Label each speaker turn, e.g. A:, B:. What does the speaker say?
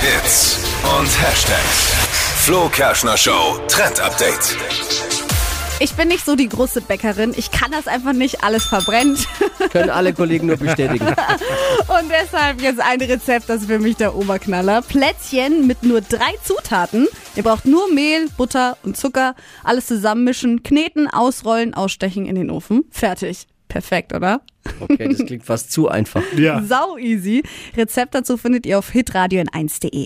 A: Hits und Hashtags. Flo Kerschner Show Trend Update.
B: Ich bin nicht so die große Bäckerin. Ich kann das einfach nicht. Alles verbrennt.
C: Können alle Kollegen nur bestätigen.
B: Und deshalb jetzt ein Rezept, das ist für mich der Oberknaller. Plätzchen mit nur drei Zutaten. Ihr braucht nur Mehl, Butter und Zucker. Alles zusammenmischen, kneten, ausrollen, ausstechen in den Ofen. Fertig. Perfekt, oder?
C: Okay, das klingt fast zu einfach.
D: Ja.
B: Sau easy. Rezept dazu findet ihr auf hitradio in 1.de.